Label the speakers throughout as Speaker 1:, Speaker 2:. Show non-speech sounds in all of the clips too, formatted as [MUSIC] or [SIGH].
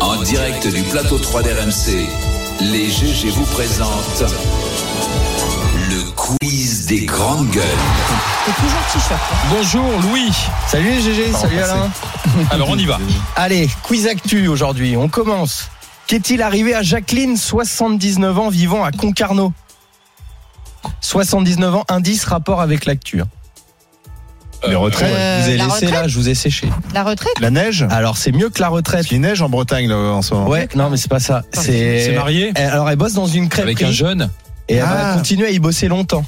Speaker 1: En direct du plateau 3 d'RMC, les GG vous présentent le quiz des grandes gueules.
Speaker 2: T'es toujours t-shirt. hein.
Speaker 3: Bonjour Louis.
Speaker 4: Salut les GG, salut
Speaker 3: passer.
Speaker 4: Alain.
Speaker 3: [LAUGHS] Alors on y va.
Speaker 4: [LAUGHS] Allez, quiz actu aujourd'hui, on commence. Qu'est-il arrivé à Jacqueline, 79 ans, vivant à Concarneau 79 ans, indice rapport avec
Speaker 3: Euh,
Speaker 4: l'actu. hein.
Speaker 3: Les
Speaker 2: retraites. Euh,
Speaker 4: je vous ai
Speaker 2: la
Speaker 4: laissé
Speaker 2: retraite
Speaker 4: là, je vous ai séché.
Speaker 2: La retraite
Speaker 5: La neige
Speaker 4: Alors c'est mieux que la retraite.
Speaker 5: Parce qu'il neige en Bretagne là, en ce moment.
Speaker 4: Ouais, non mais c'est pas ça.
Speaker 3: C'est
Speaker 4: C'est.
Speaker 3: marié
Speaker 4: Elle- Alors elle bosse dans une crêperie
Speaker 3: avec un jeune.
Speaker 4: et elle va
Speaker 5: Ah.
Speaker 4: continuer à y bosser longtemps.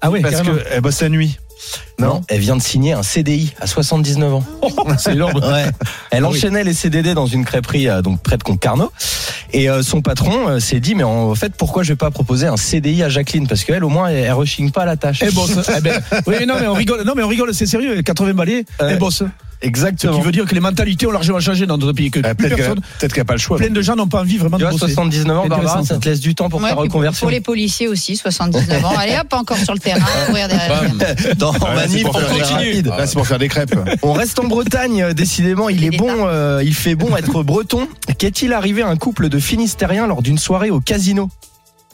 Speaker 4: Ah oui,
Speaker 5: Parce qu'elle bosse la nuit.
Speaker 4: Non, elle vient de signer un CDI à 79 ans. C'est énorme. [LAUGHS] Ouais. Elle enchaînait les CDD dans une crêperie euh, donc près de Concarneau et euh, son patron euh, s'est dit mais en fait pourquoi je vais pas proposer un CDI à Jacqueline parce qu'elle au moins elle, elle rechigne pas la tâche.
Speaker 6: Eh bosse. Eh ben, oui, mais non, mais on rigole. Non, mais on rigole, c'est sérieux. 80 balais,
Speaker 4: Euh,
Speaker 6: eh bosse. Ce
Speaker 4: [LAUGHS] Exactement.
Speaker 6: qui veut dire que les mentalités ont largement changé dans notre pays. Que
Speaker 5: Ah,
Speaker 6: plus
Speaker 5: Peut-être qu'elle
Speaker 6: personne,
Speaker 5: peut-être qu'elle a pas le choix.
Speaker 6: plein de gens n'ont pas envie vraiment
Speaker 4: Tu
Speaker 6: de
Speaker 4: vois,
Speaker 6: bosser.
Speaker 4: 79 ans, Barbara,
Speaker 6: Intéressant,
Speaker 4: ça
Speaker 6: ça.
Speaker 4: te laisse du temps pour
Speaker 2: Ouais,
Speaker 4: ta
Speaker 2: puis
Speaker 4: reconversion.
Speaker 2: Pour les policiers aussi, 79 ans. Allez hop, encore sur le terrain, courir derrière.
Speaker 3: Bam.
Speaker 4: Dans
Speaker 5: Ah, là, c'est
Speaker 4: Manif,
Speaker 5: pour
Speaker 4: on
Speaker 5: faire
Speaker 4: est
Speaker 5: des-
Speaker 4: rapide.
Speaker 5: Là, c'est pour faire des crêpes.
Speaker 4: On reste en Bretagne, euh, décidément, il
Speaker 2: Il
Speaker 4: est
Speaker 2: est
Speaker 4: bon, euh, il fait bon être breton. Qu'est-il arrivé à un couple de Finistériens lors d'une soirée au casino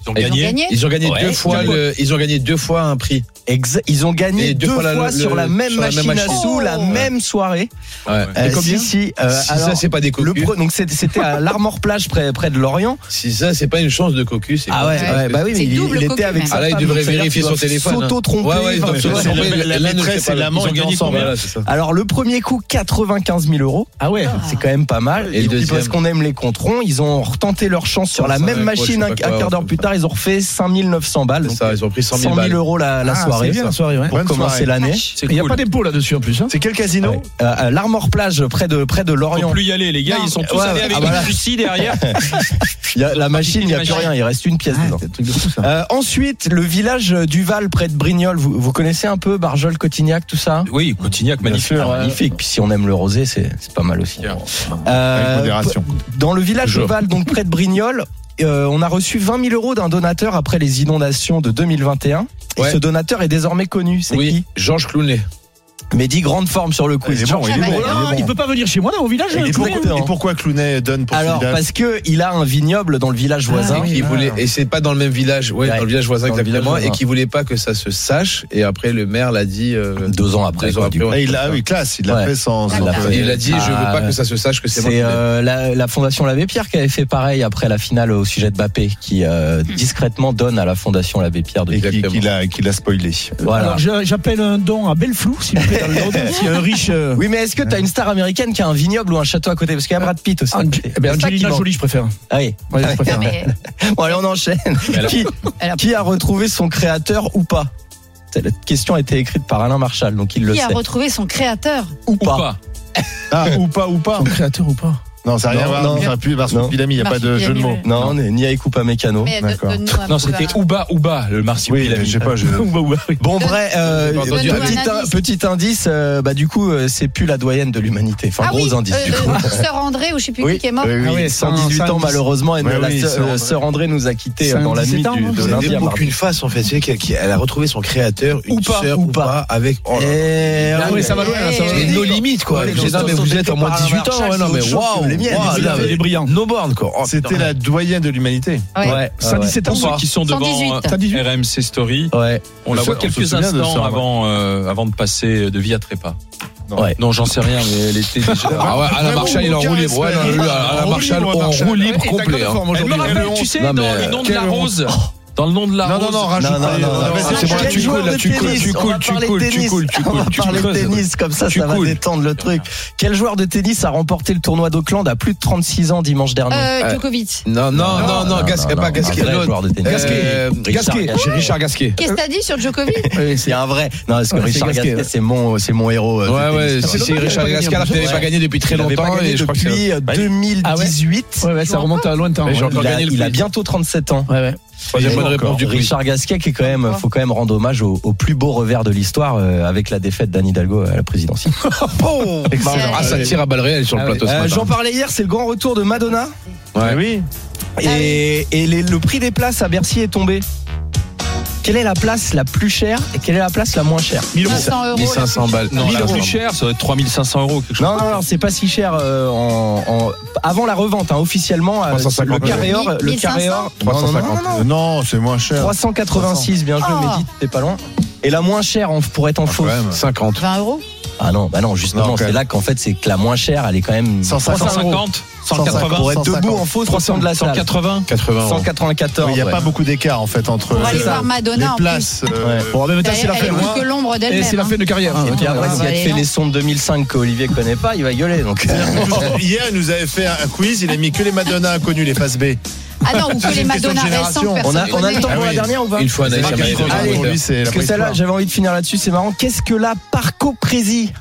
Speaker 3: Ils ont
Speaker 2: Ils ont gagné
Speaker 7: Ils ont gagné
Speaker 3: Ouais.
Speaker 7: deux fois le- ils ont gagné deux fois un prix.
Speaker 4: Exa- Ils ont gagné
Speaker 7: Et
Speaker 4: deux,
Speaker 7: deux
Speaker 4: fois,
Speaker 7: fois la- le-
Speaker 4: sur la même
Speaker 7: sur la même
Speaker 4: machine à
Speaker 7: machine.
Speaker 4: sous, la
Speaker 2: Oh.
Speaker 4: même soirée.
Speaker 7: Ouais.
Speaker 4: Euh,
Speaker 7: Et
Speaker 4: si,
Speaker 7: combien
Speaker 4: si, euh,
Speaker 7: Si
Speaker 4: alors,
Speaker 7: ça c'est pas des
Speaker 4: le
Speaker 7: cocus,
Speaker 4: pro- donc c'était c'était à l'Armor Plage près, près de Lorient.
Speaker 7: si ça c'est pas une chance de cocu, c'est
Speaker 4: Ah
Speaker 7: pas-
Speaker 4: ouais,
Speaker 7: c'est-
Speaker 4: ouais, bah oui, mais
Speaker 2: C'est
Speaker 4: il,
Speaker 2: double
Speaker 4: il était
Speaker 2: cocu,
Speaker 4: avec
Speaker 2: même.
Speaker 4: sa
Speaker 7: Ah là, il
Speaker 4: femme,
Speaker 7: devrait
Speaker 4: c'est-à-dire qu'il
Speaker 7: vérifier son
Speaker 4: doit
Speaker 7: téléphone, hein.
Speaker 4: S'auto-tromper.
Speaker 7: Ouais, ouais, ils
Speaker 4: Enfin,
Speaker 7: doivent se
Speaker 4: tu vois,
Speaker 7: tromper.
Speaker 4: c'est-
Speaker 7: La- la maîtresse et l'amant,
Speaker 3: ils
Speaker 7: ils
Speaker 3: ont gagné
Speaker 7: sont ensemble.
Speaker 3: combien
Speaker 7: Voilà, c'est ça.
Speaker 4: [LAUGHS] Alors le premier coup 95 000 euros. Ah ouais, c'est quand même pas mal.
Speaker 7: Et
Speaker 4: Et
Speaker 7: le
Speaker 4: puis
Speaker 7: deuxième Ah,
Speaker 4: parce qu'on aime les controns, ils ont retenté leur chance sur la
Speaker 7: Ça,
Speaker 4: même
Speaker 7: ouais,
Speaker 4: machine
Speaker 7: je
Speaker 4: un,
Speaker 7: sais pas
Speaker 4: un
Speaker 7: quoi,
Speaker 4: quart d'heure
Speaker 7: ouais.
Speaker 4: plus tard, ils ont refait 5900 balles.
Speaker 7: C'est
Speaker 4: Donc,
Speaker 7: ça, ils ont pris 100 000 balles.
Speaker 4: euros la, la
Speaker 6: Ah,
Speaker 4: soirée
Speaker 6: C'est bien la soirée, ouais. Ah,
Speaker 4: pour
Speaker 5: Bonne
Speaker 4: commencer
Speaker 5: soirée.
Speaker 4: l'année.
Speaker 6: Il n'y a pas d'impôt là-dessus en plus. Hein.
Speaker 5: C'est quel casino
Speaker 4: Ouais. Euh, à L'Armor Plage près de près de
Speaker 3: Faut
Speaker 4: Lorient.
Speaker 3: plus y aller les gars,
Speaker 2: Non.
Speaker 3: ils sont tous
Speaker 4: Ouais,
Speaker 3: allés
Speaker 4: ouais.
Speaker 3: avec
Speaker 4: Ah,
Speaker 3: une
Speaker 4: voilà.
Speaker 3: Russie derrière.
Speaker 4: [LAUGHS] Il y a la machine, il n'y a plus
Speaker 3: machine.
Speaker 4: rien, il reste une pièce dedans.
Speaker 6: Ah, C'est un truc de fou, ça.
Speaker 4: Euh, ensuite, le village du Val près de Brignoles, vous, vous connaissez un peu Barjol, Cotignac, tout ça
Speaker 3: Oui, Cotignac
Speaker 4: Bien
Speaker 3: magnifique.
Speaker 4: sûr, magnifique. Puis si on aime le rosé, c'est c'est pas mal aussi.
Speaker 3: Bien.
Speaker 4: Euh,
Speaker 5: Avec modération.
Speaker 4: dans le village de
Speaker 7: Toujours.
Speaker 4: Val, donc près de Brignoles, euh, on a reçu 20 000 euros d'un donateur après les inondations de 2021. Et
Speaker 7: Ouais.
Speaker 4: ce donateur est désormais connu. C'est
Speaker 7: Oui, Georges Clounet.
Speaker 4: qui Mehdi, grande forme sur le coup.
Speaker 5: Ah, Il est bon, il est
Speaker 2: Clounet.
Speaker 5: bon,
Speaker 6: Oh là,
Speaker 5: il est
Speaker 6: il
Speaker 5: bon.
Speaker 6: peut pas venir chez moi là, au village.
Speaker 5: Et
Speaker 6: euh,
Speaker 5: pourquoi-
Speaker 6: Clouet.
Speaker 4: Clounet,
Speaker 5: Et pourquoi Clounet donne pour
Speaker 4: Alors,
Speaker 5: Trinidad
Speaker 4: parce que il a un vignoble dans le village
Speaker 2: Ah,
Speaker 4: voisin.
Speaker 7: et qui voulait, et c'est pas dans le même village, ouais,
Speaker 4: Ouais.
Speaker 7: dans le village voisin
Speaker 4: Dans le
Speaker 7: exactement,
Speaker 4: village
Speaker 7: et qui voulait pas que ça se sache. Et après, le maire l'a dit. euh,
Speaker 4: Deux ans après.
Speaker 7: Deux
Speaker 4: quoi,
Speaker 7: ans
Speaker 4: du
Speaker 7: après,
Speaker 4: coup.
Speaker 7: ouais.
Speaker 5: Et il l'a, oui, classe, il l'a
Speaker 4: Ouais.
Speaker 5: fait sans.
Speaker 2: Il
Speaker 5: sans-
Speaker 2: l'a
Speaker 4: fait.
Speaker 7: Il a dit, je veux
Speaker 4: Ah,
Speaker 7: pas que ça se sache que c'est moi. qui
Speaker 4: C'est
Speaker 7: l'ai-
Speaker 4: euh, la, la Fondation L'Abbé Pierre qui avait fait pareil après la finale au sujet de Bappé, qui
Speaker 2: Hmm.
Speaker 4: euh, discrètement donne à la Fondation L'Abbé Pierre de
Speaker 5: Et qui-
Speaker 7: Exactement.
Speaker 5: qui l'a qui l'a spoilé.
Speaker 4: Voilà.
Speaker 6: Alors je- j'appelle un don à Belleflou, s'il vous plaît, dans le Landes, s'il y a un riche. euh,
Speaker 4: Oui, mais est-ce que t'as une star américaine qui a un vignoble ou un château à côté Parce qu'il y a Brad Pitt
Speaker 2: Ah,
Speaker 4: aussi. à
Speaker 6: Ange-
Speaker 4: côté.
Speaker 6: eh
Speaker 4: C'est
Speaker 6: ben,
Speaker 4: ça qui
Speaker 6: Angelina
Speaker 4: manque.
Speaker 6: Jolie, je préfère.
Speaker 4: Ah oui.
Speaker 6: Ouais, je
Speaker 2: Non,
Speaker 6: préfère.
Speaker 2: mais
Speaker 4: Bon, allez, on enchaîne.
Speaker 3: Elle a-
Speaker 4: Qui,
Speaker 2: elle a-
Speaker 4: qui a retrouvé son créateur ou pas La question a été écrite par Alain Marshall, donc il le
Speaker 2: qui a
Speaker 4: sait.
Speaker 2: retrouvé son créateur
Speaker 4: Ou
Speaker 3: Ou
Speaker 4: pas.
Speaker 3: pas.
Speaker 5: Ah, ou pas, ou pas.
Speaker 6: Son créateur ou pas
Speaker 5: Non, ça n'a rien
Speaker 4: Non,
Speaker 5: à
Speaker 4: non.
Speaker 5: voir. Ça pue Marsupilami, il n'y a pas de jeu de mots.
Speaker 2: Marsupilami,
Speaker 4: Non, on est ni avec ou pas Mécano.
Speaker 2: Mais euh, donne-
Speaker 5: D'accord.
Speaker 2: donne-nous un
Speaker 3: Non,
Speaker 2: peu
Speaker 3: c'était
Speaker 2: un-
Speaker 3: Ouba Ouba le
Speaker 5: Oui,
Speaker 3: marsupial.
Speaker 5: je sais pas, je.
Speaker 6: Euh,
Speaker 4: Bon, bref, euh,
Speaker 7: J'ai pas entendu.
Speaker 4: petit,
Speaker 2: Donne-nous un
Speaker 4: in-
Speaker 2: indice.
Speaker 4: petit indice, euh, bah, du coup, euh, c'est plus la doyenne de l'humanité. Enfin,
Speaker 2: Ah
Speaker 4: gros
Speaker 2: oui,
Speaker 4: indice,
Speaker 2: euh,
Speaker 4: du coup.
Speaker 2: euh, Sœur André ou je sais plus
Speaker 4: Oui. Euh,
Speaker 2: qui qui est mort.
Speaker 5: Oui,
Speaker 6: Ah
Speaker 5: oui.
Speaker 6: ouais,
Speaker 4: 118 ans, malheureusement, et
Speaker 5: Ouais,
Speaker 4: la
Speaker 5: oui,
Speaker 4: sœur,
Speaker 5: sœur
Speaker 4: euh,
Speaker 5: André.
Speaker 4: sœur André nous a quittés euh, dans la
Speaker 6: 117
Speaker 4: nuit
Speaker 6: ans,
Speaker 4: du,
Speaker 6: hein,
Speaker 4: de
Speaker 6: vous
Speaker 4: lundi
Speaker 7: C'est
Speaker 4: à mardi.
Speaker 7: aucune face en fait, c'est qu'elle qui- elle a retrouvé son créateur, une
Speaker 4: Ou pas,
Speaker 7: sœur
Speaker 4: ou
Speaker 7: ou
Speaker 4: pas.
Speaker 7: pas, avec. oh là là.
Speaker 4: Eh,
Speaker 6: Ah oui,
Speaker 4: ouais.
Speaker 6: ça va loin, là, ça va
Speaker 2: Eh,
Speaker 6: loin.
Speaker 7: C'est nos limites quoi.
Speaker 4: Ouais, les
Speaker 7: Je dis, non,
Speaker 4: restos
Speaker 7: mais
Speaker 4: sont
Speaker 7: vous êtes
Speaker 4: écrits
Speaker 7: en moins
Speaker 4: par
Speaker 7: de 18 ans,
Speaker 4: Alain
Speaker 7: ouais, non mais
Speaker 4: Marshall, c'est
Speaker 7: waouh,
Speaker 4: autre chose que les miennes,
Speaker 7: waouh,
Speaker 4: les
Speaker 7: là,
Speaker 4: miennes.
Speaker 7: les brillants. No born quoi. Oh,
Speaker 5: C'était
Speaker 7: putain.
Speaker 5: la doyenne de l'humanité.
Speaker 2: Ouais.
Speaker 4: Ouais, Ah ouais.
Speaker 6: 117 ans.
Speaker 3: Pour ceux qui sont devant
Speaker 2: 118.
Speaker 3: euh, RMC Story,
Speaker 4: Ouais.
Speaker 3: on la
Speaker 5: Se-
Speaker 3: voit
Speaker 5: on se
Speaker 3: quelques
Speaker 5: souvient de ça,
Speaker 3: instants
Speaker 5: moi.
Speaker 3: avant euh, avant de passer de vie à trépas.
Speaker 5: Non.
Speaker 4: Ouais.
Speaker 3: Non, j'en sais rien, mais elle était déjà.
Speaker 7: Ah ouais, Alain Marshall, il est en roue libre. Ouais, non, lui, Alain Marshall, en roue libre complet. hein.
Speaker 3: Elle me rappelle, tu sais,
Speaker 7: Non,
Speaker 3: dans
Speaker 7: mais,
Speaker 3: le
Speaker 7: euh,
Speaker 3: nom de la
Speaker 5: quelle honte.
Speaker 3: rose. Dans le nom de la
Speaker 5: Non,
Speaker 3: rose.
Speaker 5: non, non, rajoute.
Speaker 4: Non, non,
Speaker 5: pas,
Speaker 4: Ah, non,
Speaker 5: euh,
Speaker 4: non, Ah,
Speaker 5: vas-y,
Speaker 7: non,
Speaker 5: c'est bon,
Speaker 7: quel
Speaker 5: tu
Speaker 7: joueur
Speaker 5: coules, là, tu coules, tu
Speaker 4: on
Speaker 5: coules.
Speaker 4: va
Speaker 7: tu
Speaker 4: parler
Speaker 7: coules, tu
Speaker 4: tennis.
Speaker 7: coules, tu
Speaker 4: On va
Speaker 7: coules, tu
Speaker 4: parler
Speaker 7: creuses.
Speaker 4: tennis, comme ça,
Speaker 7: Tu
Speaker 4: ça va
Speaker 7: coules.
Speaker 4: détendre le truc. Quel joueur de tennis a remporté le tournoi d'Auckland à plus de 36 ans dimanche dernier
Speaker 2: Euh,
Speaker 7: Ouais.
Speaker 2: Djokovic.
Speaker 7: Non, non, non, non, Gasquet, pas Gasquet,
Speaker 4: un vrai
Speaker 7: l'autre.
Speaker 4: joueur de tennis.
Speaker 7: Euh,
Speaker 4: Richard
Speaker 7: Gasquet,
Speaker 4: Gasquet.
Speaker 7: c'est Richard Gasquet.
Speaker 2: Qu'est-ce que t'as dit sur Djokovic
Speaker 7: Euh,
Speaker 4: C'est un vrai. Non, parce que
Speaker 6: Ouais, c'est
Speaker 4: Richard
Speaker 6: Gasquet,
Speaker 4: Gasquet,
Speaker 6: ouais.
Speaker 4: c'est mon, c'est mon héros. euh,
Speaker 7: Ouais,
Speaker 4: de
Speaker 7: ouais,
Speaker 4: tennis.
Speaker 7: si, si, Richard Gasquet, alors qu'il n'avait pas gagné depuis très
Speaker 4: Il avait pas
Speaker 7: longtemps,
Speaker 4: gagné
Speaker 7: et je crois que c'est. Ah
Speaker 4: depuis euh, 2018.
Speaker 6: Ouais, ouais, ça remonte à lointain.
Speaker 7: Mais
Speaker 6: ouais.
Speaker 7: genre-
Speaker 4: Il a,
Speaker 7: gagné le
Speaker 4: il a
Speaker 7: plus.
Speaker 4: bientôt 37 ans.
Speaker 6: Ouais, ouais.
Speaker 7: Troisième bonne réponse du quiz.
Speaker 4: Richard Gasquet, qui est quand même, faut quand même rendre hommage au, au plus beau revers de l'histoire euh, avec la défaite d'Anne Hidalgo à la présidentielle.
Speaker 2: Euh,
Speaker 7: Ah, ça tire à balles réelles sur le plateau ce
Speaker 4: Euh, J'en
Speaker 7: matin.
Speaker 4: parlais hier, c'est le grand retour de Madonna.
Speaker 7: Ouais.
Speaker 4: Et, et les- le prix des places à Bercy est tombé. Quelle est la place la plus chère et quelle est la place la moins chère
Speaker 2: 500 euros.
Speaker 7: 1500 balles. Non,
Speaker 3: la
Speaker 7: là,
Speaker 3: plus
Speaker 7: non.
Speaker 3: chère, ça doit être 3500 euros, quelque chose.
Speaker 4: Non, non, non, c'est pas si cher euh, en, en- avant la revente, hein, officiellement. euh,
Speaker 5: 350
Speaker 4: le carré or, le
Speaker 2: 1500
Speaker 4: carré or, non, non, non,
Speaker 5: 350.
Speaker 4: non, non,
Speaker 5: Non, c'est moins cher.
Speaker 4: 386, bien joué,
Speaker 2: Oh.
Speaker 4: Mehdi, t'es pas loin. Et la moins chère, on pourrait être en faux.
Speaker 5: Ah, quand même.
Speaker 7: 50.
Speaker 2: 20 euros
Speaker 4: Ah non, bah non, justement,
Speaker 5: Non, quand
Speaker 4: c'est
Speaker 5: même.
Speaker 4: là qu'en fait, c'est que la moins chère, elle est quand même.
Speaker 5: 150.
Speaker 3: 150,
Speaker 4: pour
Speaker 3: 180,
Speaker 4: être
Speaker 5: 150.
Speaker 4: debout en faux, 300 de la salle.
Speaker 3: 180.
Speaker 7: 80 euros.
Speaker 4: 194.
Speaker 5: Il n'y a
Speaker 4: ouais.
Speaker 5: pas beaucoup d'écart en fait entre
Speaker 2: pour
Speaker 5: euh,
Speaker 2: aller
Speaker 4: ça.
Speaker 2: voir
Speaker 5: les
Speaker 2: Madonna en plus.
Speaker 5: places. euh,
Speaker 4: Ouais.
Speaker 6: Bon, en même temps,
Speaker 2: Elle,
Speaker 6: c'est la
Speaker 2: elle est
Speaker 6: fin.
Speaker 2: plus que l'ombre
Speaker 4: Eh,
Speaker 7: Et c'est
Speaker 2: d'elle-même.
Speaker 7: la
Speaker 2: hein.
Speaker 7: fête de carrière.
Speaker 4: Et puis après,
Speaker 2: Ah,
Speaker 4: s'il a
Speaker 2: bah,
Speaker 4: fait
Speaker 2: non.
Speaker 4: les sons de 2005 qu'Olivier connaît pas, il va gueuler. Donc, euh,
Speaker 5: Hier, il nous avait fait un quiz, il a mis que les Madonna inconnues, les faces B.
Speaker 2: Ah non, ou que les
Speaker 5: une question de
Speaker 2: Madonna récentes,
Speaker 5: génération.
Speaker 4: on a,
Speaker 2: personne
Speaker 4: on a le temps
Speaker 2: connaît.
Speaker 4: pour
Speaker 5: Ah
Speaker 4: la
Speaker 5: oui.
Speaker 4: dernière ou pas
Speaker 7: Il faut
Speaker 5: C'est
Speaker 7: analyser
Speaker 5: pas quelque chose
Speaker 4: Américaine.
Speaker 5: pour lui, c'est la
Speaker 4: Parce que celle-là,
Speaker 5: préhistoire.
Speaker 4: j'avais envie de finir là-dessus, c'est marrant. Qu'est-ce que la parcoprésie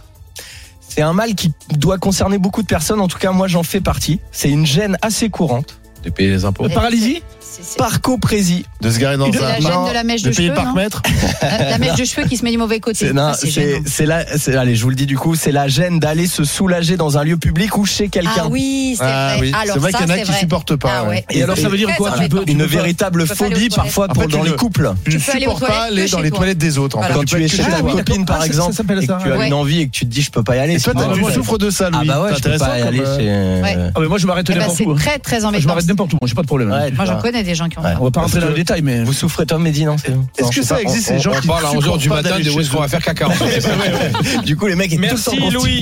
Speaker 4: C'est un mal qui doit concerner beaucoup de personnes, en tout cas moi j'en fais partie. C'est une gêne assez courante.
Speaker 3: De payer les impôts.
Speaker 6: La paralysie
Speaker 2: C'est- c'est-
Speaker 4: Parcoprésie.
Speaker 5: De se garer dans
Speaker 2: De la
Speaker 5: un
Speaker 2: gêne
Speaker 5: Non,
Speaker 2: de la mèche de
Speaker 5: payer
Speaker 2: cheveux,
Speaker 5: par
Speaker 2: non
Speaker 5: mètre.
Speaker 2: La, la mèche de cheveux qui se met du mauvais côté.
Speaker 4: C'est non,
Speaker 2: Ah, c'est
Speaker 4: c'est-
Speaker 2: gênant.
Speaker 4: c'est la, c'est- allez, je vous le dis du coup, c'est la gêne d'aller se soulager dans un lieu public ou chez quelqu'un.
Speaker 2: Ah oui, c'est
Speaker 5: Ah
Speaker 2: vrai.
Speaker 5: oui,
Speaker 2: Alors
Speaker 5: c'est vrai
Speaker 2: ça,
Speaker 5: qu'il y en a
Speaker 2: c'est
Speaker 5: qui
Speaker 2: vrai.
Speaker 5: supportent pas.
Speaker 2: Ah
Speaker 5: ouais.
Speaker 2: ouais.
Speaker 4: Et alors, ça veut
Speaker 6: dire quoi
Speaker 2: Très
Speaker 6: Tu peux-
Speaker 2: embêtant.
Speaker 6: tu
Speaker 4: Une
Speaker 6: peux pas-
Speaker 4: véritable
Speaker 2: peux pas aller aux
Speaker 4: phobie
Speaker 2: toilettes.
Speaker 4: parfois
Speaker 5: En
Speaker 4: pour
Speaker 5: fait,
Speaker 4: dans
Speaker 5: tu
Speaker 4: les
Speaker 5: le-
Speaker 4: couples.
Speaker 5: Tu ne
Speaker 2: peux aller aux
Speaker 5: supportes pas
Speaker 2: toilettes
Speaker 5: aller
Speaker 2: que
Speaker 5: dans
Speaker 2: chez
Speaker 5: les
Speaker 2: toi.
Speaker 5: toilettes des autres. en
Speaker 2: Voilà.
Speaker 5: fait.
Speaker 4: Quand
Speaker 5: Tu
Speaker 4: tu
Speaker 5: peux
Speaker 4: es
Speaker 5: être
Speaker 4: chez
Speaker 5: que
Speaker 4: ta
Speaker 5: toi.
Speaker 4: copine par
Speaker 6: Ah, ça
Speaker 4: exemple
Speaker 6: s'appelle
Speaker 4: et que
Speaker 6: ça,
Speaker 4: tu as
Speaker 2: ouais.
Speaker 4: une envie et que tu te dis je peux pas y aller.
Speaker 5: Et
Speaker 4: c'est
Speaker 5: toi, t'as-
Speaker 4: marrant.
Speaker 6: Ah,
Speaker 5: tu
Speaker 6: ouais.
Speaker 5: souffres de ça,
Speaker 4: Ah
Speaker 5: Louis.
Speaker 4: bah ouais,
Speaker 5: C'est
Speaker 4: je peux
Speaker 5: intéressant
Speaker 4: pas y aller
Speaker 5: comme, euh,
Speaker 4: chez. euh,
Speaker 2: Ouais.
Speaker 6: Ah, mais moi, je m'arrête
Speaker 2: Eh ben,
Speaker 6: n'importe
Speaker 2: c'est
Speaker 6: où. hein.
Speaker 2: très très
Speaker 6: Je
Speaker 2: embêtant.
Speaker 6: m'arrête n'importe où, j'ai pas de problème.
Speaker 4: ouais, tu
Speaker 2: Moi, j'en
Speaker 4: vois.
Speaker 2: connais des gens qui ont. fait.
Speaker 6: On va pas rentrer dans le détail, mais.
Speaker 4: Vous souffrez toi Mehdi non c'est bon.
Speaker 5: Est-ce que ça existe, les gens
Speaker 7: On
Speaker 5: qui
Speaker 7: parle à 11h du
Speaker 5: supportent pas
Speaker 7: matin
Speaker 5: d'aller
Speaker 7: de où
Speaker 5: chez
Speaker 7: est-ce qu'on va faire caca. en fait.
Speaker 4: Du coup les mecs ils sont
Speaker 3: Merci
Speaker 4: tout le temps
Speaker 3: Louis.